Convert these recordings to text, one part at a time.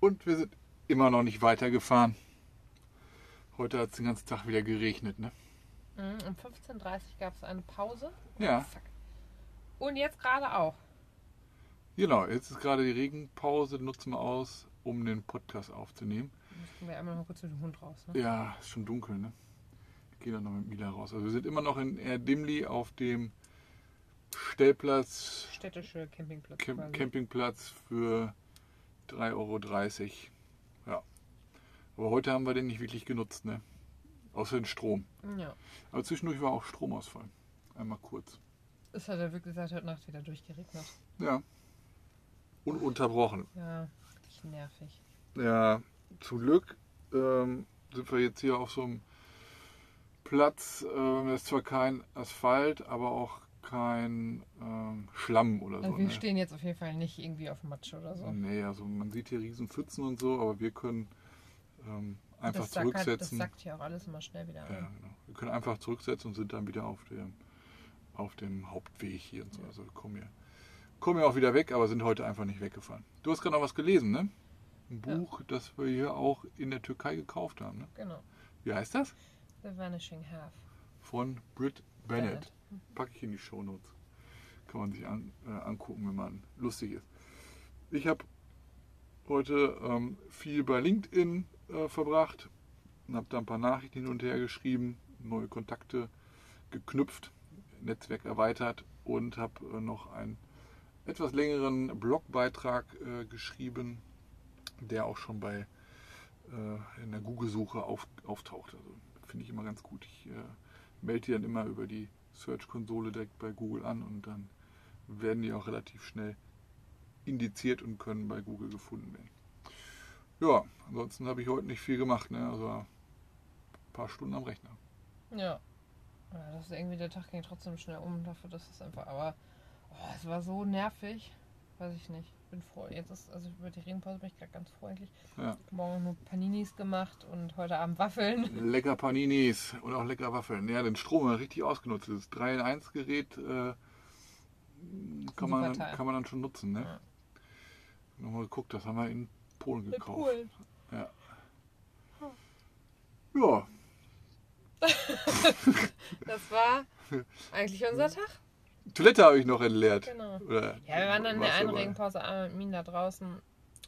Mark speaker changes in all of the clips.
Speaker 1: Und wir sind immer noch nicht weitergefahren. Heute hat es den ganzen Tag wieder geregnet, ne?
Speaker 2: Mhm, Um 15.30 Uhr gab es eine Pause.
Speaker 1: Ja,
Speaker 2: Zack. Und jetzt gerade auch.
Speaker 1: genau. Jetzt ist gerade die Regenpause, nutzen wir aus, um den Podcast aufzunehmen.
Speaker 2: Müssen wir einmal noch mal kurz mit dem Hund raus. Ne?
Speaker 1: Ja, ist schon dunkel, ne? Ich gehe dann noch mit Mila raus. Also wir sind immer noch in Erdimli auf dem Stellplatz,
Speaker 2: Städtische Campingplatz.
Speaker 1: Camp
Speaker 2: quasi.
Speaker 1: Campingplatz für 3,30 Euro. Ja. Aber heute haben wir den nicht wirklich genutzt, ne? Außer den Strom.
Speaker 2: Ja.
Speaker 1: Aber zwischendurch war auch Stromausfall. Einmal kurz.
Speaker 2: Es hat ja wirklich seit heute Nacht wieder durchgeregnet.
Speaker 1: Ja. Ununterbrochen.
Speaker 2: Ja, richtig nervig.
Speaker 1: Ja, zum Glück ähm, sind wir jetzt hier auf so einem Platz. Ähm, da ist zwar kein Asphalt, aber auch kein ähm, Schlamm oder so.
Speaker 2: Also wir
Speaker 1: ne?
Speaker 2: stehen jetzt auf jeden Fall nicht irgendwie auf Matsch oder so.
Speaker 1: Nee, also man sieht hier riesen Pfützen und so, aber wir können ähm, einfach
Speaker 2: das, sackert- das
Speaker 1: zurücksetzen.
Speaker 2: sackt hier auch alles immer schnell wieder
Speaker 1: ja,
Speaker 2: ein.
Speaker 1: genau. Wir können einfach zurücksetzen und sind dann wieder auf dem, auf dem Hauptweg hier und so. Also wir kommen hier, kommen hier auch wieder weg, aber sind heute einfach nicht weggefahren. Du hast gerade noch was gelesen, ne? Ein
Speaker 2: Ja.
Speaker 1: Buch, das wir hier auch in der Türkei gekauft haben, ne?
Speaker 2: Genau.
Speaker 1: Wie heißt das?
Speaker 2: The Vanishing Half.
Speaker 1: Von Britt Bennett.
Speaker 2: Bennett.
Speaker 1: Packe ich in die Shownotes. Kann man sich an, äh, angucken, wenn man lustig ist. Ich habe heute ähm, viel bei LinkedIn äh, verbracht und habe da ein paar Nachrichten hin und her geschrieben, neue Kontakte geknüpft, Netzwerk erweitert und habe äh, noch einen etwas längeren Blogbeitrag äh, geschrieben, der auch schon bei äh, in der Google-Suche auf, auftaucht. Also finde ich immer ganz gut. Ich äh, melde die dann immer über die Search-Konsole direkt bei Google an und dann werden die auch relativ schnell indiziert und können bei Google gefunden werden. Ja, ansonsten habe ich heute nicht viel gemacht, ne? also ein paar Stunden am Rechner.
Speaker 2: Ja. ja. Das ist irgendwie, der Tag ging trotzdem schnell um dafür, dass es einfach, aber oh, es war so nervig. Weiß ich nicht. Bin froh. Jetzt ist, also über die Regenpause bin ich gerade ganz froh eigentlich.
Speaker 1: Ja.
Speaker 2: Morgen nur Paninis gemacht und heute Abend Waffeln.
Speaker 1: Lecker Paninis und auch lecker Waffeln. Ja, den Strom haben wir richtig ausgenutzt. Das 3-in-1-Gerät äh, kann, man,
Speaker 2: Teil.
Speaker 1: kann man dann schon nutzen. Ne?
Speaker 2: Ja.
Speaker 1: Nochmal geguckt, das haben wir in Polen
Speaker 2: Mit
Speaker 1: gekauft.
Speaker 2: Polen.
Speaker 1: Ja,
Speaker 2: Das war eigentlich unser Tag.
Speaker 1: Toilette habe ich noch entleert.
Speaker 2: Genau.
Speaker 1: Oder
Speaker 2: Ja, wir waren dann in der
Speaker 1: warst du
Speaker 2: einen
Speaker 1: dabei?
Speaker 2: Regenpause einmal mit Minen da draußen.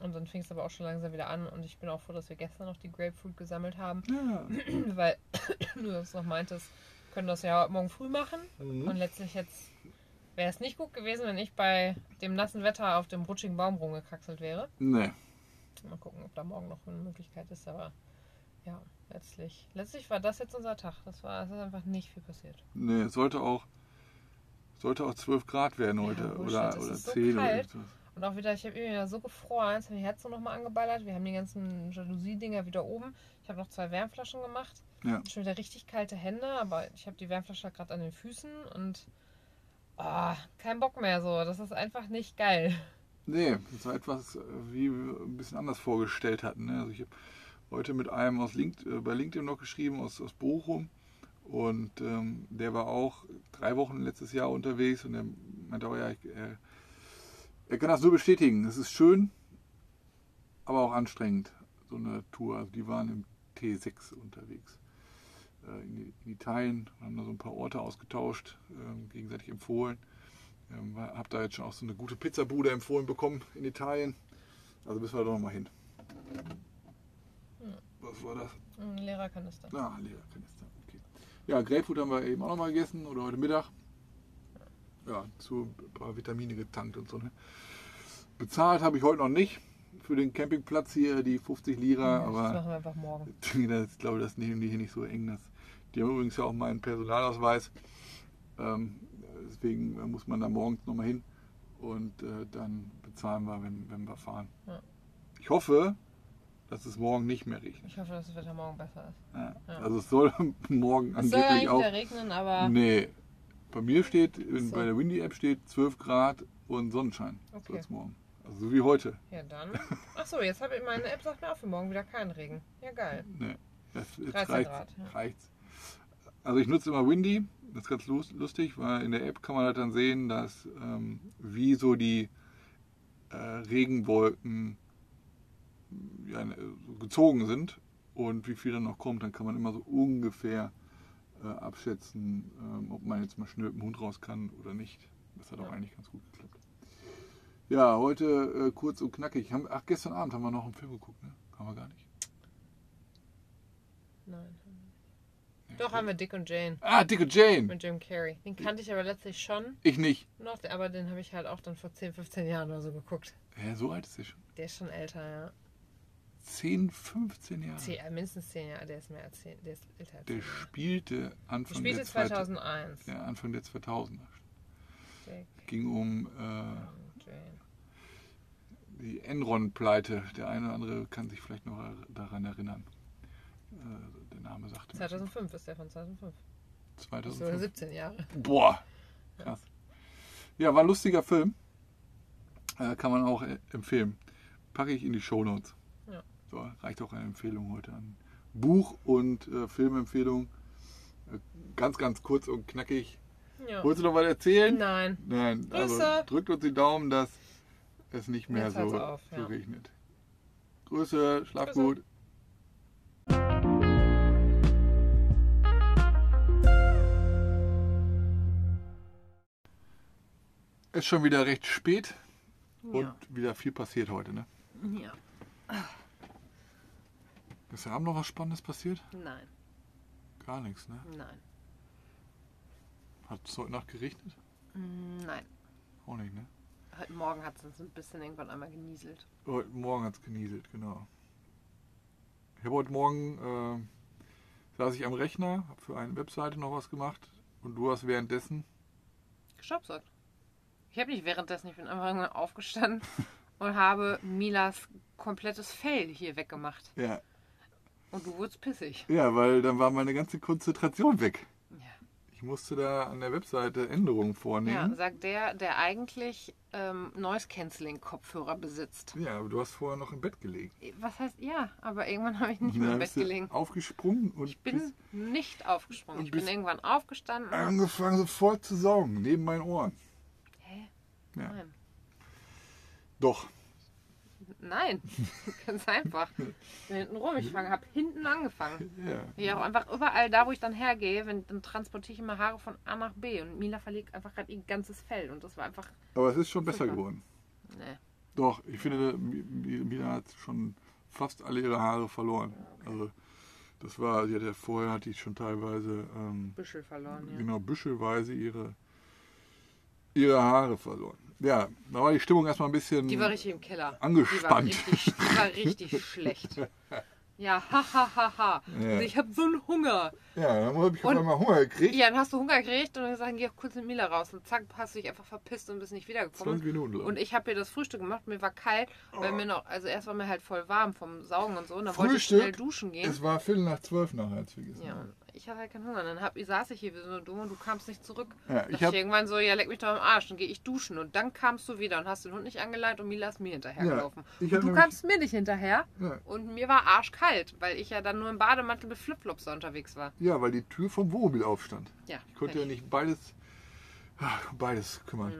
Speaker 2: Und dann fing es aber auch schon langsam wieder an. Und ich bin auch froh, dass wir gestern noch die Grapefruit gesammelt haben.
Speaker 1: Ja.
Speaker 2: Weil du das noch meintest, wir können das ja heute morgen früh machen.
Speaker 1: Mhm.
Speaker 2: Und letztlich jetzt wäre es nicht gut gewesen, wenn ich bei dem nassen Wetter auf dem rutschigen Baum rumgekraxelt wäre.
Speaker 1: Nee.
Speaker 2: Mal gucken, ob da morgen noch eine Möglichkeit ist. Aber ja, letztlich, letztlich war das jetzt unser Tag. Das war, es ist einfach nicht viel passiert.
Speaker 1: Nee, es sollte auch, sollte auch 12 Grad werden
Speaker 2: Ja,
Speaker 1: heute.
Speaker 2: Bullshit,
Speaker 1: oder
Speaker 2: es
Speaker 1: oder
Speaker 2: ist so
Speaker 1: 10 oder
Speaker 2: kalt.
Speaker 1: etwas.
Speaker 2: Und auch wieder, ich habe irgendwie wieder so gefroren, jetzt habe ich mein Herz so nochmal angeballert. Wir haben die ganzen Jalousie-Dinger wieder oben. Ich habe noch zwei Wärmflaschen gemacht.
Speaker 1: Ja.
Speaker 2: Schon wieder richtig kalte Hände, aber ich habe die Wärmflasche gerade an den Füßen und ah, kein Bock mehr so. Das ist einfach nicht geil.
Speaker 1: Nee, das war etwas, äh, wie wir ein bisschen anders vorgestellt hatten. Ne? Also ich habe heute mit einem aus Link, äh, bei LinkedIn noch geschrieben, aus, aus Bochum. Und ähm, der war auch drei Wochen letztes Jahr unterwegs und der meinte auch, ja, ich, er, er kann das nur bestätigen. Es ist schön, aber auch anstrengend, so eine Tour. Also die waren im T6 unterwegs äh, in, in Italien, haben da so ein paar Orte ausgetauscht, ähm, gegenseitig empfohlen. Ähm, hab da jetzt schon auch so eine gute Pizzabude empfohlen bekommen in Italien. Also müssen wir doch nochmal hin. Was war das?
Speaker 2: Ein leerer Kanister.
Speaker 1: Ah, Leberkanister. Okay. Ja, Grapefruit haben wir eben auch nochmal gegessen oder heute Mittag. Ja, zu ein paar Vitamine getankt und so. Ne? Bezahlt habe ich heute noch nicht für den Campingplatz hier die 50 Lira,
Speaker 2: das
Speaker 1: aber
Speaker 2: machen wir einfach morgen.
Speaker 1: das, ich glaube, das nehmen die hier nicht so eng. Das, die haben übrigens ja auch meinen Personalausweis. Ähm, deswegen äh, muss man da morgens nochmal hin und äh, dann bezahlen wir, wenn, wenn wir fahren.
Speaker 2: Ja.
Speaker 1: Ich hoffe, dass es morgen nicht mehr regnet.
Speaker 2: Ich hoffe, dass das Wetter morgen besser ist.
Speaker 1: Ja.
Speaker 2: Ja.
Speaker 1: Also es soll morgen
Speaker 2: Es soll
Speaker 1: angeblich
Speaker 2: eigentlich
Speaker 1: auch.
Speaker 2: wieder regnen, aber
Speaker 1: Nee. Bei mir steht,
Speaker 2: So.
Speaker 1: bei der Windy App steht 12 Grad und Sonnenschein.
Speaker 2: Okay.
Speaker 1: So jetzt morgen. Also so wie heute.
Speaker 2: ja dann. Achso, jetzt habe ich meine App sagt mir auch für morgen wieder keinen Regen. Ja geil.
Speaker 1: Nee. Das, jetzt
Speaker 2: 13
Speaker 1: reicht's.
Speaker 2: Grad, ja.
Speaker 1: reicht's. Also ich nutze immer Windy, das ist ganz lus- lustig, weil in der App kann man halt dann sehen, dass ähm, wie so die äh, Regenwolken ja, ne, so gezogen sind und wie viel dann noch kommt. Dann kann man immer so ungefähr äh, abschätzen, ähm, ob man jetzt mal schnell mit dem Hund raus kann oder nicht. Das hat auch
Speaker 2: Ja.
Speaker 1: eigentlich ganz gut geklappt. Ja, heute äh, kurz und knackig. Haben, ach, gestern Abend haben wir noch einen Film geguckt, ne? Haben wir gar nicht.
Speaker 2: Nein. Doch haben wir Dick und Jane
Speaker 1: Ah, Dicke Jane!
Speaker 2: mit Jim Carrey. Den kannte ich aber letztlich schon
Speaker 1: Ich nicht.
Speaker 2: noch, aber den habe ich halt auch dann vor 10, 15 Jahren oder so geguckt.
Speaker 1: Hä, so alt ist der schon.
Speaker 2: Der ist schon älter, ja.
Speaker 1: 10, 15 Jahre.
Speaker 2: Zehn, äh, mindestens 10 Jahre, der ist mehr als 10, der ist älter als 10
Speaker 1: Der
Speaker 2: Jahre.
Speaker 1: spielte
Speaker 2: Der
Speaker 1: Anfang
Speaker 2: spielte
Speaker 1: der 2000.
Speaker 2: 2001.
Speaker 1: Ja, Anfang der 2000er.
Speaker 2: Dick
Speaker 1: Ging um äh,
Speaker 2: und Jane.
Speaker 1: die Enron-Pleite. Der eine oder andere kann sich vielleicht noch er- daran erinnern. Äh, der Name sagte mir
Speaker 2: 2005 ist der von
Speaker 1: schon.
Speaker 2: 2005. Das ist sogar
Speaker 1: 2005.
Speaker 2: 17 Jahre.
Speaker 1: Boah, krass. Ja, war ein lustiger Film. Äh, kann man auch äh, empfehlen. Packe ich in die Shownotes.
Speaker 2: Ja.
Speaker 1: So, reicht auch eine Empfehlung heute an. Buch und äh, Filmempfehlung. Äh, ganz, ganz kurz und knackig.
Speaker 2: Ja.
Speaker 1: Wolltest du noch was erzählen?
Speaker 2: Nein.
Speaker 1: Nein, also
Speaker 2: Grüße.
Speaker 1: drückt uns die Daumen, dass es nicht mehr
Speaker 2: Jetzt hört's
Speaker 1: so,
Speaker 2: auf,
Speaker 1: so
Speaker 2: ja.
Speaker 1: regnet. Grüße, schlaf
Speaker 2: Grüße.
Speaker 1: gut. Ist schon wieder recht spät und
Speaker 2: Ja.
Speaker 1: wieder viel passiert heute, ne?
Speaker 2: ja.
Speaker 1: Ist ja Abend noch was Spannendes passiert?
Speaker 2: Nein,
Speaker 1: Gar nichts, ne?
Speaker 2: nein,
Speaker 1: Hat es heute Nacht geregnet?
Speaker 2: nein.
Speaker 1: Auch nicht, ne?
Speaker 2: Heute Morgen hat es uns ein bisschen irgendwann einmal genieselt.
Speaker 1: Heute Morgen hat es genieselt, genau. Ich habe heute Morgen, äh, saß ich am Rechner, habe für eine Webseite noch was gemacht und du hast währenddessen,
Speaker 2: Gestaubsaugt. Ich habe nicht währenddessen, ich bin einfach irgendwann aufgestanden und habe Milas komplettes Fell hier weggemacht.
Speaker 1: ja,
Speaker 2: Und du wurdest pissig.
Speaker 1: ja, weil dann war meine ganze Konzentration weg.
Speaker 2: Ja,
Speaker 1: Ich musste da an der Webseite Änderungen
Speaker 2: ja
Speaker 1: vornehmen.
Speaker 2: sagt der, der eigentlich ähm, Noise-Canceling-Kopfhörer besitzt.
Speaker 1: Ja, aber du hast vorher noch im Bett gelegen.
Speaker 2: Was heißt ja, aber irgendwann habe ich nicht
Speaker 1: Und
Speaker 2: mehr
Speaker 1: dann
Speaker 2: im
Speaker 1: bist
Speaker 2: Bett
Speaker 1: du
Speaker 2: gelegen.
Speaker 1: Aufgesprungen und
Speaker 2: Ich bin
Speaker 1: bist
Speaker 2: nicht aufgesprungen.
Speaker 1: und
Speaker 2: Ich bin
Speaker 1: bist-
Speaker 2: irgendwann aufgestanden.
Speaker 1: angefangen sofort zu saugen, neben meinen Ohren.
Speaker 2: Hä?
Speaker 1: Ja.
Speaker 2: Nein.
Speaker 1: Doch,
Speaker 2: Nein, ganz einfach. Ich bin hinten rum, ich fange, habe hinten angefangen.
Speaker 1: ja.
Speaker 2: Ja, auch einfach überall da, wo ich dann hergehe, wenn, dann transportiere ich immer Haare von A nach B und Mila verlegt einfach gerade ihr ganzes Fell und das war einfach,
Speaker 1: Aber es ist schon besser
Speaker 2: Super.
Speaker 1: geworden.
Speaker 2: ne,
Speaker 1: Doch, ich finde, Mi- Mi- Mina hat schon fast alle ihre Haare verloren. Also das war, sie hat ja vorher hat die schon teilweise ähm,
Speaker 2: Büschel verloren. Ja.
Speaker 1: genau büschelweise ihre ihre Haare verloren. Ja, da war die Stimmung erstmal ein bisschen.
Speaker 2: Die war richtig im Keller.
Speaker 1: Angespannt.
Speaker 2: Die war richtig, die war richtig schlecht. Ja, ha, ha, ha, ha. Also
Speaker 1: Ja.
Speaker 2: Ich habe so einen Hunger.
Speaker 1: Ja, dann habe ich auf
Speaker 2: Und-
Speaker 1: einmal Hunger gekriegt.
Speaker 2: Ja, dann hast du Hunger gekriegt und dann sagen, geh kurz mit Mila raus. Und zack, hast du dich einfach verpisst und bist nicht
Speaker 1: 20
Speaker 2: wiedergekommen.
Speaker 1: Minuten lang.
Speaker 2: Und ich habe hier das Frühstück gemacht, mir war kalt,
Speaker 1: Oh.
Speaker 2: weil mir noch, also erst war mir halt voll warm vom Saugen und so. Und dann wollte ich
Speaker 1: Frühstück?
Speaker 2: schnell duschen gehen.
Speaker 1: es war Viertel nach zwölf nachher, als wir gegessen
Speaker 2: Ja,
Speaker 1: haben.
Speaker 2: und ich hatte halt keinen Hunger. Dann hab, saß ich hier wie so eine Dumme und du kamst nicht zurück.
Speaker 1: Ja,
Speaker 2: ich
Speaker 1: ich
Speaker 2: hab...
Speaker 1: habe
Speaker 2: irgendwann so, ja, leck mich doch am Arsch, dann gehe ich duschen. Und dann kamst du wieder und hast den Hund nicht angeleitet und Mila ist mir hinterhergelaufen.
Speaker 1: Ja, ich
Speaker 2: und
Speaker 1: hab
Speaker 2: du
Speaker 1: nämlich-
Speaker 2: kamst mir nicht hinterher
Speaker 1: Ja.
Speaker 2: und mir war arschkalt, weil ich ja dann nur im Bademantel mit Flipflops da unterwegs war.
Speaker 1: ja, weil die Tür vom Wohnmobil aufstand.
Speaker 2: Ja,
Speaker 1: Ich konnte ja nicht beides ach, beides kümmern.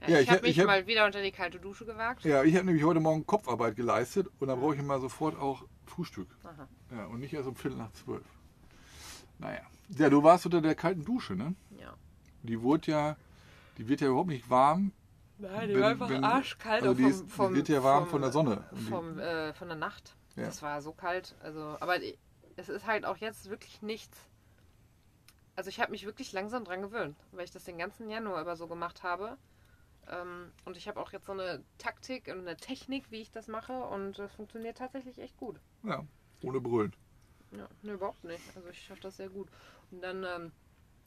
Speaker 2: Ja,
Speaker 1: Ja,
Speaker 2: ich
Speaker 1: ich
Speaker 2: habe
Speaker 1: hab-
Speaker 2: mich
Speaker 1: ich hab-
Speaker 2: mal wieder unter die kalte Dusche gewagt.
Speaker 1: Ja, ich habe nämlich heute Morgen Kopfarbeit geleistet und da brauche ich immer sofort auch Frühstück.
Speaker 2: Aha.
Speaker 1: Ja, und nicht erst um Viertel nach zwölf. Naja. Ja, du warst unter der kalten Dusche, ne?
Speaker 2: Ja.
Speaker 1: Die wurde ja, die wird ja überhaupt nicht warm.
Speaker 2: Nein,
Speaker 1: die Wenn- war einfach wenn- arschkalt also auch die vom- ist- die vom- wird ja warm vom- von der Sonne. Und die-
Speaker 2: Vom, äh, von der Nacht.
Speaker 1: Ja.
Speaker 2: Das war so kalt. Also, aber i- es ist halt auch jetzt wirklich nichts. Also ich habe mich wirklich langsam dran gewöhnt, weil ich das den ganzen Januar über so gemacht habe. Ähm, und ich habe auch jetzt so eine Taktik und eine Technik, wie ich das mache. Und das funktioniert tatsächlich echt gut.
Speaker 1: Ja, ohne Brüllen.
Speaker 2: Ja, ne, überhaupt nicht. Also ich schaffe das sehr gut. Und dann ähm,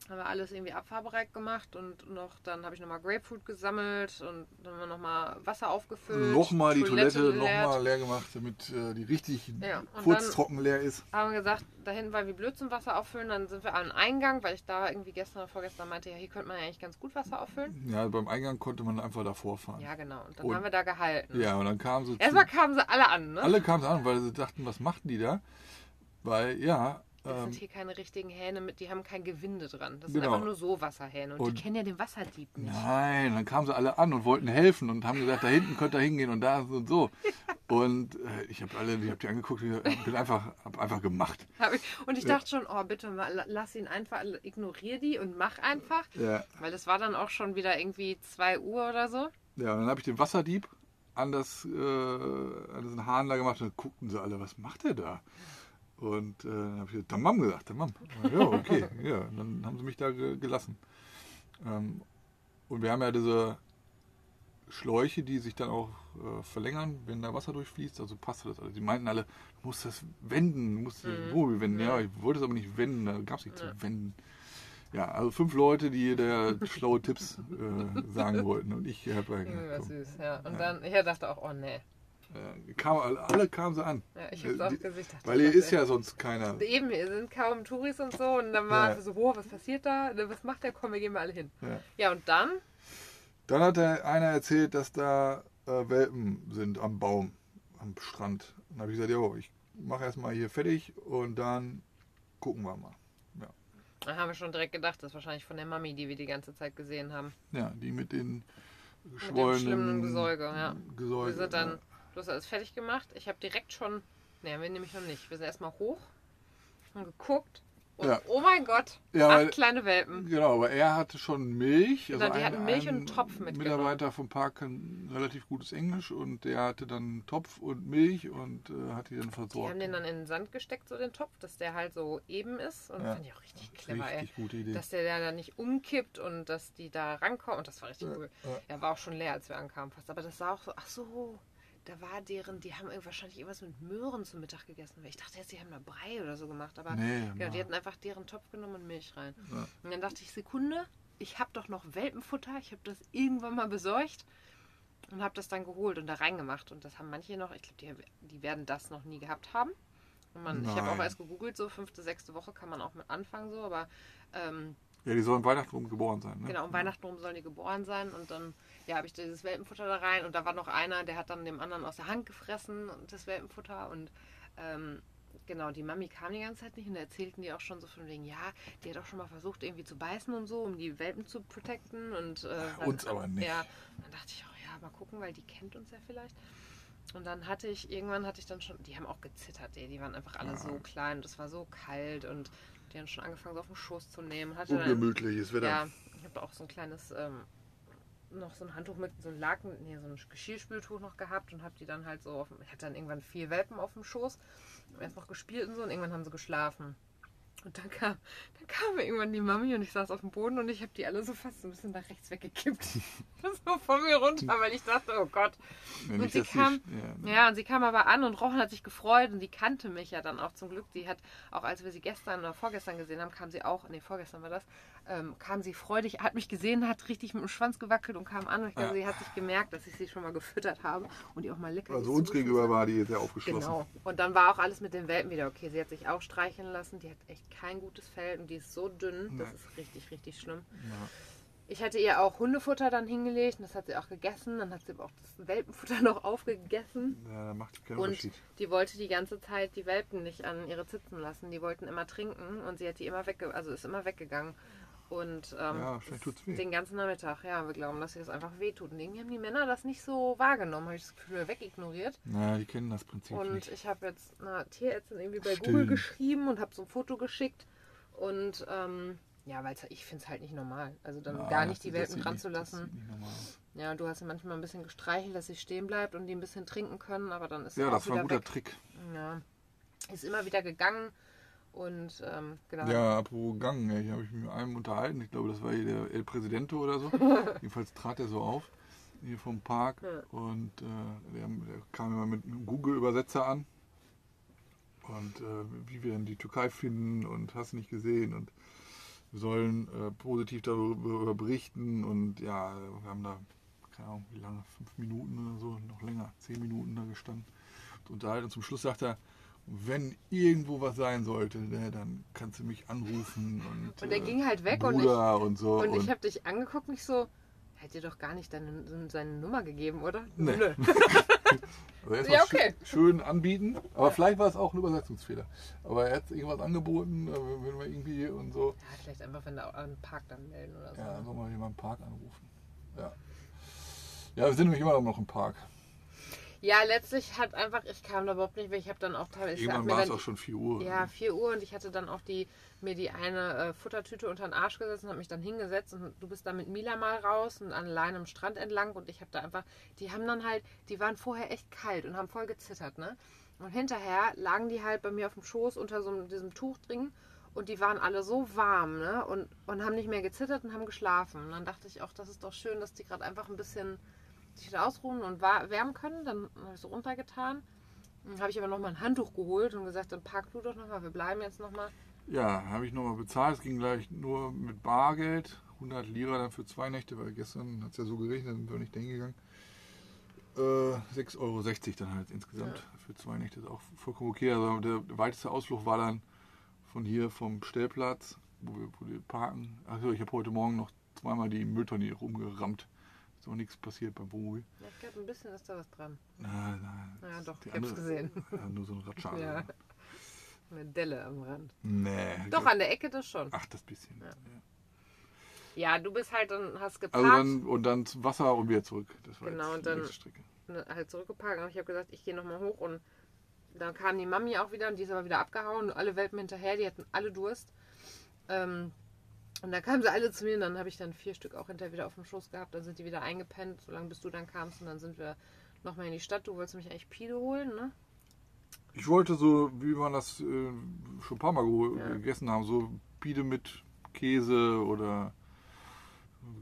Speaker 2: haben wir alles irgendwie abfahrbereit gemacht und noch, dann habe ich nochmal Grapefruit gesammelt und dann haben wir nochmal Wasser aufgefüllt.
Speaker 1: Nochmal die Toilette,
Speaker 2: geleert.
Speaker 1: nochmal leer gemacht, damit äh, die richtig
Speaker 2: Ja, und
Speaker 1: furztrocken leer ist.
Speaker 2: Haben wir gesagt, dahin war wie blöd zum Wasser auffüllen, dann sind wir an den Eingang, weil ich da irgendwie gestern oder vorgestern meinte, ja, hier könnte man ja eigentlich ganz gut Wasser auffüllen.
Speaker 1: Ja, beim Eingang konnte man einfach davor fahren. Ja,
Speaker 2: Ja, genau. Und dann
Speaker 1: Und-
Speaker 2: haben wir da gehalten.
Speaker 1: und dann kamen sie zu,
Speaker 2: Erstmal kamen sie alle an, ne?
Speaker 1: alle kamen an, weil sie dachten, was machten die da? Weil, ja,
Speaker 2: Das
Speaker 1: Ähm,
Speaker 2: sind hier keine richtigen Hähne, mit, die haben kein Gewinde dran. Das sind
Speaker 1: Genau.
Speaker 2: einfach nur so Wasserhähne. Und,
Speaker 1: Und-
Speaker 2: die kennen ja den Wasserdieb nicht.
Speaker 1: Nein, dann kamen sie alle an und wollten helfen und haben gesagt, da hinten könnt ihr hingehen und da und so. Und äh, ich habe alle, ich habe die angeguckt, ich hab- bin einfach, habe einfach gemacht.
Speaker 2: Hab ich- Und ich dachte schon, oh bitte, mal, la- lass ihn einfach, ignorier die und mach einfach.
Speaker 1: Ja,
Speaker 2: Weil es war dann auch schon wieder irgendwie 2 Uhr oder so.
Speaker 1: ja und dann habe ich den Wasserdieb an das, äh, an diesen Hahn da gemacht und dann guckten sie alle, was macht der da? Und äh, dann habe ich gesagt, Tamam gesagt, Tamam. Ja, okay, ja. Und dann haben sie mich da ge gelassen. Ähm, und wir haben ja diese Schläuche, die sich dann auch äh, verlängern, wenn da Wasser durchfließt. Also passte das alles. Die meinten alle, du musst das wenden, du musst das
Speaker 2: Mhm.
Speaker 1: Wohl wenden. Ja,
Speaker 2: Ja.
Speaker 1: ich wollte es aber nicht wenden, da gab es nichts
Speaker 2: Ja.
Speaker 1: zu wenden. Ja, also fünf Leute, die da schlaue Tipps äh, sagen wollten. Und ich habe ja,
Speaker 2: Irgendwie war
Speaker 1: komm.
Speaker 2: süß, ja. Und
Speaker 1: Ja.
Speaker 2: dann, ich dachte auch, oh nee.
Speaker 1: äh, kam, alle, alle kamen sie an.
Speaker 2: Ja, ich
Speaker 1: Äh,
Speaker 2: hab's auch
Speaker 1: die-
Speaker 2: Gesicht. dachte,
Speaker 1: Weil hier
Speaker 2: Gott,
Speaker 1: ist
Speaker 2: ey.
Speaker 1: ja sonst keiner.
Speaker 2: Eben, hier sind kaum Touris und so. Und dann war
Speaker 1: Ja.
Speaker 2: es so, wow, was passiert da? Ne, Was macht der? Komm, wir gehen mal alle hin.
Speaker 1: Ja.
Speaker 2: Ja, und dann?
Speaker 1: Dann hat der einer erzählt, dass da äh, Welpen sind am Baum, am Strand. Und dann habe ich gesagt, jo, ich mache erstmal hier fertig und dann gucken wir mal.
Speaker 2: Dann haben wir schon direkt gedacht, das ist wahrscheinlich von der Mami, die wir die ganze Zeit gesehen haben.
Speaker 1: Ja, die mit den
Speaker 2: Mit
Speaker 1: geschwollenen
Speaker 2: dem schlimmen Gesäuge, ja.
Speaker 1: Gesäuge,
Speaker 2: Wir sind dann,
Speaker 1: ja.
Speaker 2: du hast alles fertig gemacht. Ich habe direkt schon, ne, wir nämlich noch nicht. Wir sind erstmal hoch und geguckt. Und
Speaker 1: Ja.
Speaker 2: oh mein Gott,
Speaker 1: Ja, weil-
Speaker 2: acht kleine Welpen.
Speaker 1: Genau, aber er hatte schon Milch. also
Speaker 2: Genau, die hatten Milch und einen Topf mitgenommen.
Speaker 1: Mitarbeiter vom Park kann relativ gutes Englisch und der hatte dann einen Topf und Milch und äh, hat die dann
Speaker 2: Die
Speaker 1: versorgt.
Speaker 2: haben den dann in den Sand gesteckt, so den Topf, dass der halt so eben ist. Und
Speaker 1: Ja.
Speaker 2: das fand ich auch richtig clever, ey.
Speaker 1: Richtig gute Idee.
Speaker 2: Dass der da dann nicht umkippt und dass die da rankommen. Und das war richtig
Speaker 1: Ja,
Speaker 2: cool.
Speaker 1: ja.
Speaker 2: Er war auch schon leer, als wir ankamen fast. Aber das sah auch so, ach so, da war deren, die haben irgendwie wahrscheinlich irgendwas mit Möhren zum Mittag gegessen. Weil ich dachte jetzt, die haben da Brei oder so gemacht. Aber
Speaker 1: Nee,
Speaker 2: genau, die
Speaker 1: Mann.
Speaker 2: hatten einfach deren Topf genommen und Milch rein.
Speaker 1: Ja.
Speaker 2: Und dann dachte ich, Sekunde, ich habe doch noch Welpenfutter. Ich habe das irgendwann mal besorgt. Und habe das dann geholt und da reingemacht. Und das haben manche noch, ich glaube, die, die werden das noch nie gehabt haben. Und man, ich habe auch
Speaker 1: Nein.
Speaker 2: erst gegoogelt, so fünfte, sechste Woche kann man auch mit anfangen, so, aber ähm,
Speaker 1: ja, die sollen Weihnachten rum geboren sein. Ne?
Speaker 2: Genau, um Weihnachten rum sollen die geboren sein und dann ja, habe ich dieses Welpenfutter da rein und da war noch einer, der hat dann dem anderen aus der Hand gefressen und das Welpenfutter und ähm, genau, die Mami kam die ganze Zeit nicht und da erzählten die auch schon so von wegen, ja, die hat auch schon mal versucht irgendwie zu beißen und so, um die Welpen zu protecten und äh, dann-
Speaker 1: uns aber nicht.
Speaker 2: Ja, dann dachte ich auch, ja, mal gucken, weil die kennt uns ja vielleicht. Und dann hatte ich, irgendwann hatte ich dann schon, die haben auch gezittert, ey, die waren einfach alle so klein und es war so kalt und die haben schon angefangen, so auf den Schoß zu nehmen.
Speaker 1: Oh,
Speaker 2: Hatte dann,
Speaker 1: Ungemütliches Wetter.
Speaker 2: Also, ja, ich habe auch so ein kleines, ähm, noch so ein Handtuch mit so einem Laken, nee, so ein Geschirrspültuch noch gehabt und habe die dann halt so, auf, ich hatte dann irgendwann vier Welpen auf dem Schoß, hab erst noch gespielt und so und irgendwann haben sie geschlafen. Und dann kam, dann kam irgendwann die Mami und ich saß auf dem Boden und ich habe die alle so fast so ein bisschen nach rechts weggekippt. Das war von mir runter, weil ich dachte, oh Gott.
Speaker 1: Ja,
Speaker 2: Und
Speaker 1: nicht,
Speaker 2: sie
Speaker 1: dass die-
Speaker 2: kam-
Speaker 1: ja, ne.
Speaker 2: Ja, und sie kam aber an und Rochen hat sich gefreut und die kannte mich ja dann auch zum Glück. Die hat, auch als wir sie gestern oder vorgestern gesehen haben, kam sie auch, nee, vorgestern war das, ähm, kam sie freudig, hat mich gesehen, hat richtig mit dem Schwanz gewackelt und kam an. Und ich glaube,
Speaker 1: Ja.
Speaker 2: sie hat sich gemerkt, dass ich sie schon mal gefüttert habe und ihr auch mal lecker
Speaker 1: Also uns gegenüber war die sehr aufgeschlossen.
Speaker 2: Genau. Und dann war auch alles mit den Welpen wieder okay. Sie hat sich auch streicheln lassen. Die hat echt kein gutes Fell und die ist so dünn. Das
Speaker 1: Nein.
Speaker 2: ist richtig, richtig schlimm.
Speaker 1: Ja.
Speaker 2: Ich hatte ihr auch Hundefutter dann hingelegt und das hat sie auch gegessen. Dann hat sie aber auch das Welpenfutter noch aufgegessen.
Speaker 1: Ja, da macht keinen
Speaker 2: Und
Speaker 1: Unterschied.
Speaker 2: die wollte die ganze Zeit die Welpen nicht an ihre Zitzen lassen. Die wollten immer trinken und sie hat die immer wegge also ist immer weggegangen. Und ähm,
Speaker 1: Ja, vielleicht tut's weh.
Speaker 2: den ganzen Nachmittag, ja, wir glauben, dass sie das einfach wehtut. Und irgendwie haben die Männer das nicht so wahrgenommen, habe ich das Gefühl, wegignoriert.
Speaker 1: Na, die kennen das Prinzip
Speaker 2: Und
Speaker 1: nicht.
Speaker 2: ich habe jetzt einer Tierärztin irgendwie bei
Speaker 1: Stimmt.
Speaker 2: Google geschrieben und habe so ein Foto geschickt. Und ähm, ja, weil ich finde es halt nicht normal. Also dann
Speaker 1: Na,
Speaker 2: gar nicht
Speaker 1: das-
Speaker 2: die
Speaker 1: das
Speaker 2: Welpen
Speaker 1: sieht
Speaker 2: dran
Speaker 1: nicht-
Speaker 2: zu
Speaker 1: das sieht
Speaker 2: lassen.
Speaker 1: nicht normal aus.
Speaker 2: Ja, und du hast sie manchmal ein bisschen gestreichelt, dass sie stehen bleibt und die ein bisschen trinken können, aber dann ist sie
Speaker 1: Ja,
Speaker 2: auch
Speaker 1: das war
Speaker 2: wieder
Speaker 1: ein guter
Speaker 2: weg.
Speaker 1: Trick.
Speaker 2: Ja. Ist immer wieder gegangen und ähm, genau.
Speaker 1: Ja, apropos Gang, ey, hier habe ich mich mit einem unterhalten. Ich glaube, das war hier der El Presidente oder so. Jedenfalls trat er so auf, hier vom Park.
Speaker 2: Ja.
Speaker 1: Und äh, der, der kam immer mit einem Google-Übersetzer an. Und äh, wie wir dann die Türkei finden und hast nicht gesehen. Und wir sollen äh, positiv darüber berichten. Und ja, wir haben da, keine Ahnung, wie lange, fünf Minuten oder so, noch länger, zehn Minuten da gestanden. und unterhalten. Und zum Schluss sagt er, wenn irgendwo was sein sollte, ne, dann kannst du mich anrufen. Und,
Speaker 2: Und er
Speaker 1: äh,
Speaker 2: ging halt weg und
Speaker 1: Bruder und, so.
Speaker 2: Und ich habe dich angeguckt, mich so, Hat dir doch gar nicht deine, seine Nummer gegeben, oder?
Speaker 1: Nee.
Speaker 2: Nö.
Speaker 1: Also erst
Speaker 2: Ja,
Speaker 1: mal
Speaker 2: okay.
Speaker 1: schön, schön anbieten. Aber vielleicht war es auch ein Übersetzungsfehler. Aber er hat irgendwas angeboten, äh, wenn wir irgendwie und so.
Speaker 2: Ja, vielleicht einfach, wenn du einen Park dann melden oder so.
Speaker 1: Ja, dann sollen wir jemanden im Park anrufen. Ja. Ja, wir sind nämlich immer noch im Park.
Speaker 2: Ja, letztlich hat einfach, ich kam da überhaupt nicht, weil ich habe dann auch teilweise. ich hab
Speaker 1: Irgendwann
Speaker 2: mir
Speaker 1: war es
Speaker 2: dann-
Speaker 1: auch schon 4 Uhr.
Speaker 2: Ja, 4 Uhr und ich hatte dann auch die, mir die eine äh, Futtertüte unter den Arsch gesetzt und habe mich dann hingesetzt und du bist dann mit Mila mal raus und allein am Strand entlang und ich habe da einfach, die haben dann halt, die waren vorher echt kalt und haben voll gezittert, ne? Und hinterher lagen die halt bei mir auf dem Schoß unter so einem- diesem Tuch drin und die waren alle so warm, ne? Und, und haben nicht mehr gezittert und haben geschlafen. Und dann dachte ich auch, das ist doch schön, dass die gerade einfach ein bisschen sich wieder ausruhen und wa- wärmen können. Dann habe ich so runtergetan. Dann habe Hm, ich aber nochmal ein Handtuch geholt und gesagt, dann pack du doch nochmal, wir bleiben jetzt nochmal.
Speaker 1: Ja, habe ich nochmal bezahlt. Es ging gleich nur mit Bargeld. 100 Lira dann für zwei Nächte, weil gestern hat es ja so geregnet, sind wir nicht dahin gegangen. Äh, 6,60 Euro dann halt insgesamt für zwei Nächte. Ist auch vollkommen okay. Also der weiteste Ausflug war dann von hier vom Stellplatz, wo wir, wo wir parken. Achso, ich habe heute Morgen noch zweimal die Mülltonne rumgerammt. Ist auch nichts passiert beim Wohnmobil.
Speaker 2: Ja, ich glaube, ein bisschen ist da was dran.
Speaker 1: Na, na,
Speaker 2: Ja,
Speaker 1: das-
Speaker 2: doch,
Speaker 1: die
Speaker 2: ich hab's
Speaker 1: andere-
Speaker 2: gesehen.
Speaker 1: Ja, nur so ein Ratschaden.
Speaker 2: Ja. Eine Delle am Rand.
Speaker 1: Nee.
Speaker 2: Doch, an der Ecke das schon.
Speaker 1: Ach, das bisschen.
Speaker 2: Ja.
Speaker 1: Ja.
Speaker 2: Ja, du bist halt dann, hast geparkt,
Speaker 1: Also dann und dann zum Wasser und wieder zurück. Das war
Speaker 2: Genau,
Speaker 1: jetzt
Speaker 2: und
Speaker 1: die
Speaker 2: dann-
Speaker 1: nächste Strecke.
Speaker 2: ne, halt zurückgeparkt und ich habe gesagt, ich gehe nochmal hoch und dann kam die Mami auch wieder und die ist aber wieder abgehauen und alle Welpen hinterher, die hatten alle Durst. Ähm, und dann kamen sie alle zu mir und dann habe ich dann vier Stück auch hinterher wieder auf dem Schoß gehabt, dann sind die wieder eingepennt, solange bis du dann kamst und dann sind wir nochmal in die Stadt. Du wolltest mich eigentlich Pide holen, ne?
Speaker 1: Ich wollte so, wie man das äh, schon ein paar Mal geho-
Speaker 2: Ja.
Speaker 1: gegessen haben, so Pide mit Käse oder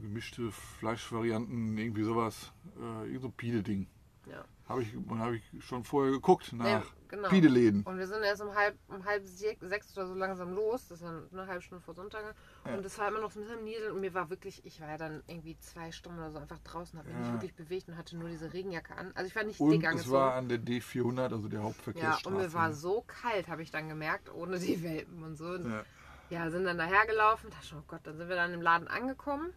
Speaker 1: gemischte Fleischvarianten, irgendwie sowas. Äh, irgend so Pide-Ding.
Speaker 2: Ja.
Speaker 1: Habe ich, habe ich schon vorher geguckt nach
Speaker 2: Nee, genau.
Speaker 1: Pide-Läden.
Speaker 2: Und wir sind erst um halb, um halb sie- sechs oder so langsam los. Das ist dann eine halbe Stunde vor Sonntag.
Speaker 1: Ja.
Speaker 2: Und es war immer noch so ein bisschen am Nieseln. Und mir war wirklich, ich war ja dann irgendwie zwei Stunden oder so einfach draußen, habe mich
Speaker 1: Ja.
Speaker 2: nicht wirklich bewegt und hatte nur diese Regenjacke an. Also ich war nicht
Speaker 1: Und
Speaker 2: dick
Speaker 1: es
Speaker 2: angezogen.
Speaker 1: war an der D400, also der
Speaker 2: ja, und
Speaker 1: Hauptverkehrsstraße.
Speaker 2: mir war so kalt, habe ich dann gemerkt, ohne die Welpen und so. Und
Speaker 1: ja.
Speaker 2: ja, sind dann dahergelaufen. Dachte schon, oh Gott, dann sind wir dann im Laden angekommen.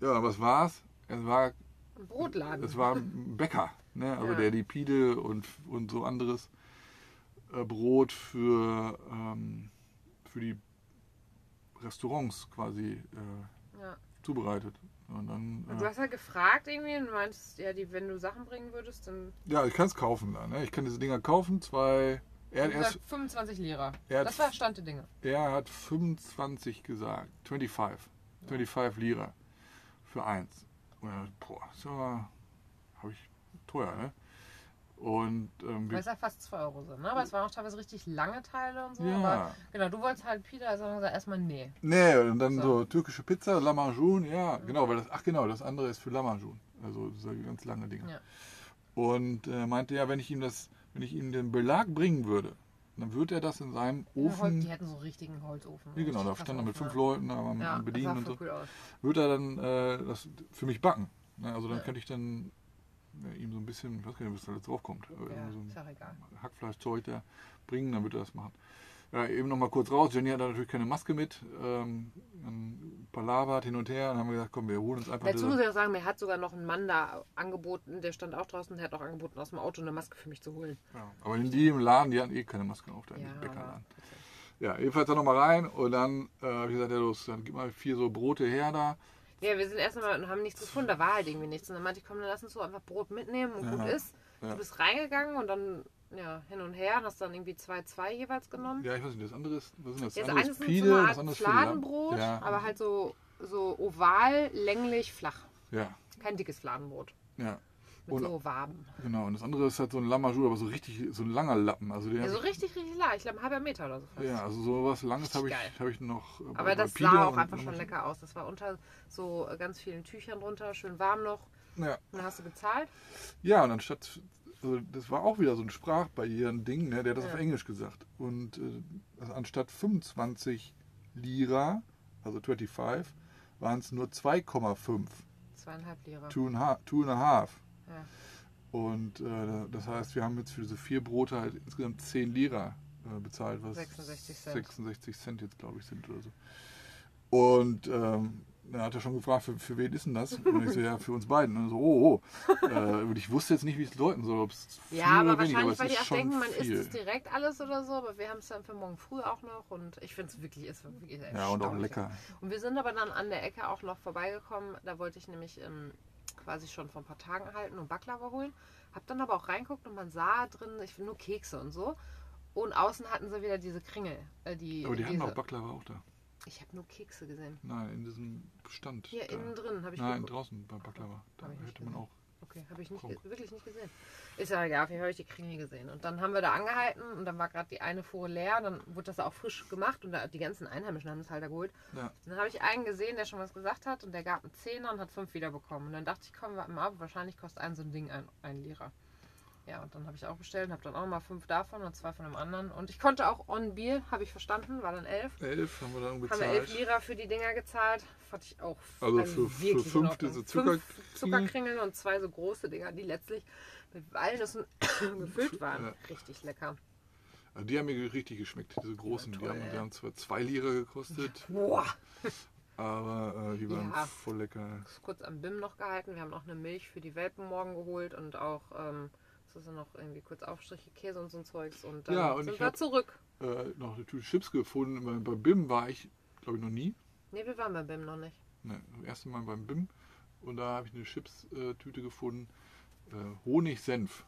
Speaker 1: ja, was war's? Es war
Speaker 2: Ein Brotladen.
Speaker 1: Es war ein Bäcker, ne? also
Speaker 2: Ja.
Speaker 1: der die Pide und, und so anderes äh, Brot für, ähm, für die Restaurants quasi äh,
Speaker 2: ja.
Speaker 1: zubereitet. Und dann,
Speaker 2: Und du
Speaker 1: äh,
Speaker 2: hast halt gefragt irgendwie und meintest, ja, die, wenn du Sachen bringen würdest, dann
Speaker 1: ja, ich kann es kaufen da. Ne? Ich kann diese Dinger kaufen. Zwei. Er, er,
Speaker 2: 25 Lira.
Speaker 1: er,
Speaker 2: Das war
Speaker 1: hat,
Speaker 2: Stand der Dinge.
Speaker 1: er hat 25 gesagt. 25. 25 Lira für eins. Und dann, boah, ist aber hab ich teuer, ne? Und ähm, wir-
Speaker 2: Weil es ja fast 2 Euro sind, ne? Aber es waren auch teilweise richtig lange Teile und so.
Speaker 1: Ja.
Speaker 2: Aber genau, du wolltest halt Pita, also haben wir gesagt, erstmal nee.
Speaker 1: Nee, und dann
Speaker 2: So.
Speaker 1: so, türkische Pizza, Lamajun, ja, genau, weil das, ach genau, das andere ist für Lamajun, also diese ganz lange Dinge.
Speaker 2: Ja.
Speaker 1: Und äh, meinte ja, wenn ich ihm das, wenn ich ihm den Belag bringen würde, dann würde er das in seinem Ofen,
Speaker 2: Die
Speaker 1: ja,
Speaker 2: hätten so einen richtigen Holzofen.
Speaker 1: genau, da
Speaker 2: Krass
Speaker 1: stand er mit
Speaker 2: Ofen,
Speaker 1: fünf
Speaker 2: ne?
Speaker 1: Leuten, da war man
Speaker 2: Ja,
Speaker 1: bedient und
Speaker 2: das sah
Speaker 1: so,
Speaker 2: voll cool aus.
Speaker 1: würde er dann äh, das für mich backen. Ne? Also dann
Speaker 2: Ja.
Speaker 1: könnte ich dann äh, ihm so ein bisschen, ich weiß gar nicht, was da jetzt draufkommt, aber
Speaker 2: Ja,
Speaker 1: so ein
Speaker 2: ist auch egal.
Speaker 1: Hackfleischzeug da bringen, dann wird er das machen. Ja, eben noch mal kurz raus. Jenny hat da natürlich keine Maske mit. Ähm, dann palabert hin und her. Dann haben wir gesagt, komm, wir holen uns einfach.
Speaker 2: Dazu muss
Speaker 1: diese-
Speaker 2: ich auch sagen, mir hat sogar noch ein Mann da angeboten, der stand auch draußen, der hat auch angeboten, aus dem Auto eine Maske für mich zu holen.
Speaker 1: ja. Aber in die im Laden, die hatten eh keine Maske auf, da in
Speaker 2: Ja,
Speaker 1: diesem
Speaker 2: aber-
Speaker 1: Bäckerladen. Ja, jedenfalls dann noch mal rein und dann, äh, hab ich gesagt, ja los, dann gib mal vier so Brote her da.
Speaker 2: Ja, wir sind erstmal und haben nichts gefunden, da war halt irgendwie nichts. Und dann meinte ich, komm, dann lass uns so einfach Brot mitnehmen und gut
Speaker 1: Ja,
Speaker 2: ist.
Speaker 1: ja.
Speaker 2: Du bist reingegangen und dann ja, hin und her und hast dann irgendwie zwei, zwei jeweils genommen.
Speaker 1: Ja, ich weiß nicht, das andere ist, was sind das?
Speaker 2: Das
Speaker 1: andere ist
Speaker 2: eine ist so
Speaker 1: Pide,
Speaker 2: eine
Speaker 1: das andere ist
Speaker 2: Art
Speaker 1: Flan.
Speaker 2: Fladenbrot,
Speaker 1: ja,
Speaker 2: aber halt so, so oval, länglich, flach.
Speaker 1: Ja,
Speaker 2: Kein dickes Fladenbrot.
Speaker 1: ja,
Speaker 2: Mit
Speaker 1: Und-
Speaker 2: so Waben.
Speaker 1: genau. Und das andere ist halt so ein Lamajou, aber so richtig, so ein langer Lappen. Also den
Speaker 2: Ja,
Speaker 1: hab
Speaker 2: so richtig, richtig lang. Ich glaube, ein halber Meter oder so. fast.
Speaker 1: ich, ja, also sowas Langes habe ich,
Speaker 2: Geil.
Speaker 1: hab ich noch. äh, bei-
Speaker 2: Aber
Speaker 1: bei
Speaker 2: das
Speaker 1: Pide
Speaker 2: sah auch
Speaker 1: und
Speaker 2: einfach schon
Speaker 1: Lamajou.
Speaker 2: lecker aus. Das war unter so äh, ganz vielen Tüchern drunter, schön warm noch.
Speaker 1: Ja.
Speaker 2: Und dann hast du gezahlt.
Speaker 1: Ja, und anstatt, also das war auch wieder so ein Sprachbarrieren-Ding, ne? der hat das
Speaker 2: Ja.
Speaker 1: auf Englisch gesagt. Und äh, also anstatt 25 Lira, also 25, waren es nur 2,5,
Speaker 2: Zweieinhalb Lira.
Speaker 1: two and ha- two and a half.
Speaker 2: Ja.
Speaker 1: Und äh, das heißt, wir haben jetzt für diese vier Brote halt insgesamt 10 Lira äh, bezahlt, was
Speaker 2: 66 Cent.
Speaker 1: 66 Cent jetzt, glaube ich, sind oder so. Und ähm, dann hat er schon gefragt, für, für wen ist denn das? Und ich so, ja, für uns beiden. Und so, oh, oh. Äh, und ich wusste jetzt nicht, wie es deuten soll, ob es viel
Speaker 2: Ja, aber
Speaker 1: oder weniger, aber
Speaker 2: wahrscheinlich,
Speaker 1: es
Speaker 2: weil die
Speaker 1: ist
Speaker 2: auch
Speaker 1: schon
Speaker 2: denken, man
Speaker 1: viel.
Speaker 2: isst es direkt alles oder so, aber wir haben es dann für morgen früh auch noch und ich finde es wirklich, ist wirklich
Speaker 1: ja, und auch
Speaker 2: erstaunlich.
Speaker 1: lecker.
Speaker 2: Und wir sind aber dann an der Ecke auch noch vorbeigekommen, da wollte ich nämlich ähm, quasi schon vor ein paar Tagen halten und Baklava holen, hab dann aber auch reinguckt und man sah drin, ich will nur Kekse und so. Und außen hatten sie wieder diese Kringel. Äh, die,
Speaker 1: Aber Oh, die
Speaker 2: diese,
Speaker 1: hatten auch Baklava auch da.
Speaker 2: Ich habe nur Kekse gesehen.
Speaker 1: Nein, in diesem Stand.
Speaker 2: Hier
Speaker 1: da.
Speaker 2: innen drin habe ich
Speaker 1: Nein,
Speaker 2: geguckt.
Speaker 1: draußen bei Baklava. Da
Speaker 2: Hab ich nicht
Speaker 1: hätte man
Speaker 2: gesehen.
Speaker 1: auch.
Speaker 2: Okay, habe ich nicht,
Speaker 1: Guck.
Speaker 2: ge- wirklich nicht gesehen. Ist ja egal, auf jeden Fall habe ich die Kringel gesehen. Und dann haben wir da angehalten und dann war gerade die eine Fuhre leer. Dann wurde das auch frisch gemacht und da, die ganzen Einheimischen haben es halt da geholt.
Speaker 1: Ja.
Speaker 2: Dann habe ich einen gesehen, der schon was gesagt hat und der gab einen Zehner und hat fünf wiederbekommen. Und dann dachte ich, komm, warte mal ab, wahrscheinlich kostet ein so ein Ding ein, ein Lira. Ja, und dann habe ich auch bestellt und habe dann auch mal fünf davon und zwei von dem anderen. Und ich konnte auch on Bier, habe ich verstanden, war dann elf.
Speaker 1: Elf haben wir dann
Speaker 2: Haben wir elf
Speaker 1: bezahlt.
Speaker 2: Lira für die Dinger gezahlt. Fand ich auch
Speaker 1: Also
Speaker 2: also
Speaker 1: für- für
Speaker 2: wirklich in
Speaker 1: fünf
Speaker 2: Ordnung.
Speaker 1: diese
Speaker 2: Fünf
Speaker 1: Zuckerkringel.
Speaker 2: Zuckerkringel und zwei so große Dinger, die letztlich mit Walnüssen gefüllt waren.
Speaker 1: Ja.
Speaker 2: Richtig lecker.
Speaker 1: Also die haben mir richtig geschmeckt, diese großen.
Speaker 2: toll,
Speaker 1: die, haben,
Speaker 2: ey.
Speaker 1: die haben zwar zwei Lira gekostet,
Speaker 2: Boah.
Speaker 1: aber äh, die waren
Speaker 2: Ja.
Speaker 1: voll lecker.
Speaker 2: Kurz am BIM noch gehalten. Wir haben noch eine Milch für die Welpen morgen geholt und auch ähm, was ist denn noch irgendwie kurz Aufstriche, Käse und so ein Zeugs. Und dann
Speaker 1: Ja, und
Speaker 2: sind
Speaker 1: ich
Speaker 2: wir
Speaker 1: hab-
Speaker 2: zurück.
Speaker 1: Äh, noch eine Tüte Chips gefunden. Bei, bei BIM war ich, glaube ich, noch nie.
Speaker 2: Ne, wir waren bei BIM noch nicht.
Speaker 1: Ne, das erste Mal beim BIM. Und da habe ich eine Chips-Tüte gefunden. Äh, Honig-Senf.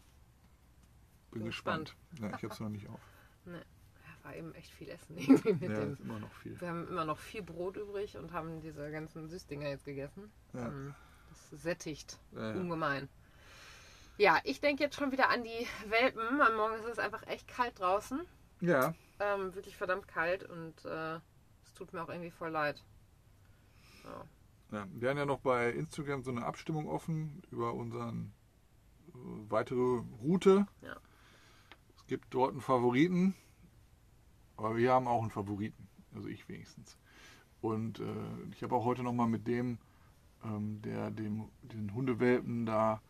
Speaker 1: Bin,
Speaker 2: Bin
Speaker 1: gespannt. Ne, ich habe es noch nicht auf.
Speaker 2: Ja, war eben echt viel Essen irgendwie mit
Speaker 1: ja,
Speaker 2: dem.
Speaker 1: ist immer noch viel.
Speaker 2: Wir haben immer noch viel Brot übrig und haben diese ganzen Süßdinger jetzt gegessen.
Speaker 1: Ja.
Speaker 2: Ähm, Das sättigt.
Speaker 1: Ja, ja.
Speaker 2: Ungemein. Ja, ich denke jetzt schon wieder an die Welpen. Am Morgen ist es einfach echt kalt draußen.
Speaker 1: ja,
Speaker 2: Ähm, wirklich verdammt kalt und äh, es tut mir auch irgendwie voll leid. Ja.
Speaker 1: ja. Wir haben ja noch bei Instagram so eine Abstimmung offen über unseren äh, weitere Route.
Speaker 2: Ja.
Speaker 1: Es gibt dort einen Favoriten, aber wir haben auch einen Favoriten, also ich wenigstens. Und äh, ich habe auch heute nochmal mit dem, ähm, der dem, den Hundewelpen da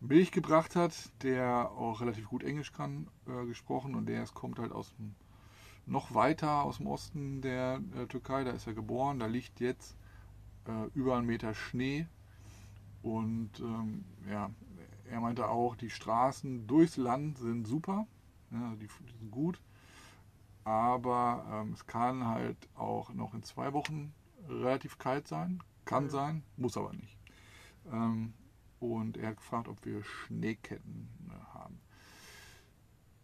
Speaker 1: Milch gebracht hat, der auch relativ gut Englisch kann, äh, gesprochen und der ist, kommt halt aus dem, noch weiter aus dem Osten der äh, Türkei, da ist er geboren, da liegt jetzt äh, über einen Meter Schnee und ähm, ja, er meinte auch, die Straßen durchs Land sind super, ne, also die, die sind gut, aber ähm, es kann halt auch noch in zwei Wochen relativ kalt sein, kann
Speaker 2: Mhm.
Speaker 1: sein, muss aber nicht. Ähm, und er hat gefragt, ob wir Schneeketten ne, haben.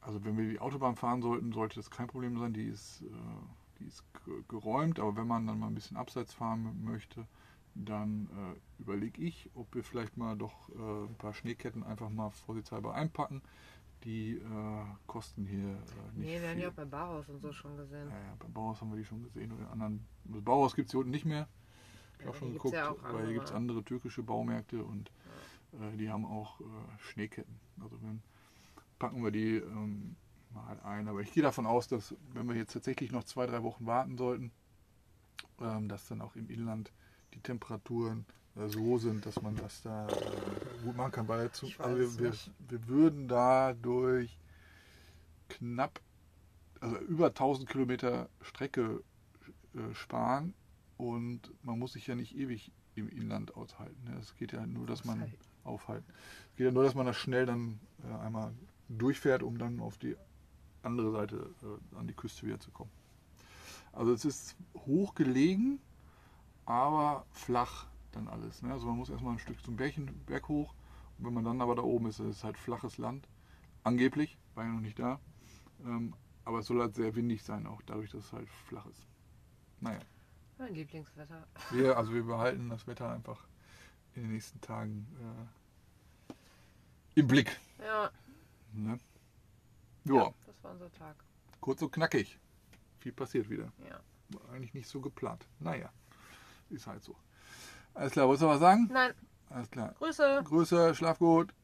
Speaker 1: Also wenn wir die Autobahn fahren sollten, sollte das kein Problem sein. Die ist, äh, die ist ge- geräumt, aber wenn man dann mal ein bisschen abseits fahren möchte, dann äh, überlege ich, ob wir vielleicht mal doch äh, ein paar Schneeketten einfach mal vorsichtshalber einpacken. Die äh, kosten hier äh, nicht
Speaker 2: Nee, wir haben
Speaker 1: viel.
Speaker 2: ja auch bei Barhaus und so schon gesehen.
Speaker 1: Ja, ja, beim Bauhaus haben wir die schon gesehen oder in anderen. Das Bauhaus gibt es hier unten nicht mehr. Ich
Speaker 2: Ja,
Speaker 1: habe schon
Speaker 2: hier
Speaker 1: geguckt,
Speaker 2: gibt's ja auch
Speaker 1: weil hier gibt es
Speaker 2: andere.
Speaker 1: andere türkische Baumärkte und äh, die haben auch äh, Schneeketten. Also wenn, packen wir die ähm, mal ein. Aber ich gehe davon aus, dass wenn wir jetzt tatsächlich noch zwei, drei Wochen warten sollten, ähm, dass dann auch im Inland die Temperaturen äh, so sind, dass man das da äh, gut machen kann. Weil zum,
Speaker 2: Ich weiß
Speaker 1: also wir, wir,
Speaker 2: nicht.
Speaker 1: wir würden dadurch knapp, also über 1000 Kilometer Strecke äh, sparen und man muss sich ja nicht ewig im Inland aushalten. ne? Es geht ja nur, dass man
Speaker 2: Aushalten.
Speaker 1: aufhalten. Es geht ja nur, dass man das schnell dann äh, einmal durchfährt, um dann auf die andere Seite äh, an die Küste wieder zu kommen. Also es ist hoch gelegen, aber flach dann alles. Ne? Also man muss erstmal ein Stück zum Bärchen, Berg hoch. Und wenn man dann aber da oben ist, ist es halt flaches Land. Angeblich, war ja noch nicht da. Ähm, aber es soll halt sehr windig sein, auch dadurch, dass es halt flach ist. Naja,
Speaker 2: Mein Lieblingswetter.
Speaker 1: wir, also wir behalten das Wetter einfach in den nächsten Tagen äh, im Blick.
Speaker 2: Ja,
Speaker 1: Ne?
Speaker 2: ja,
Speaker 1: Ja,
Speaker 2: das war unser Tag.
Speaker 1: kurz und knackig. Viel passiert wieder.
Speaker 2: Ja.
Speaker 1: War eigentlich nicht so geplant. Naja, ist halt so. Alles klar, wolltest du was sagen?
Speaker 2: Nein,
Speaker 1: Alles klar.
Speaker 2: Grüße.
Speaker 1: Grüße, schlaf gut.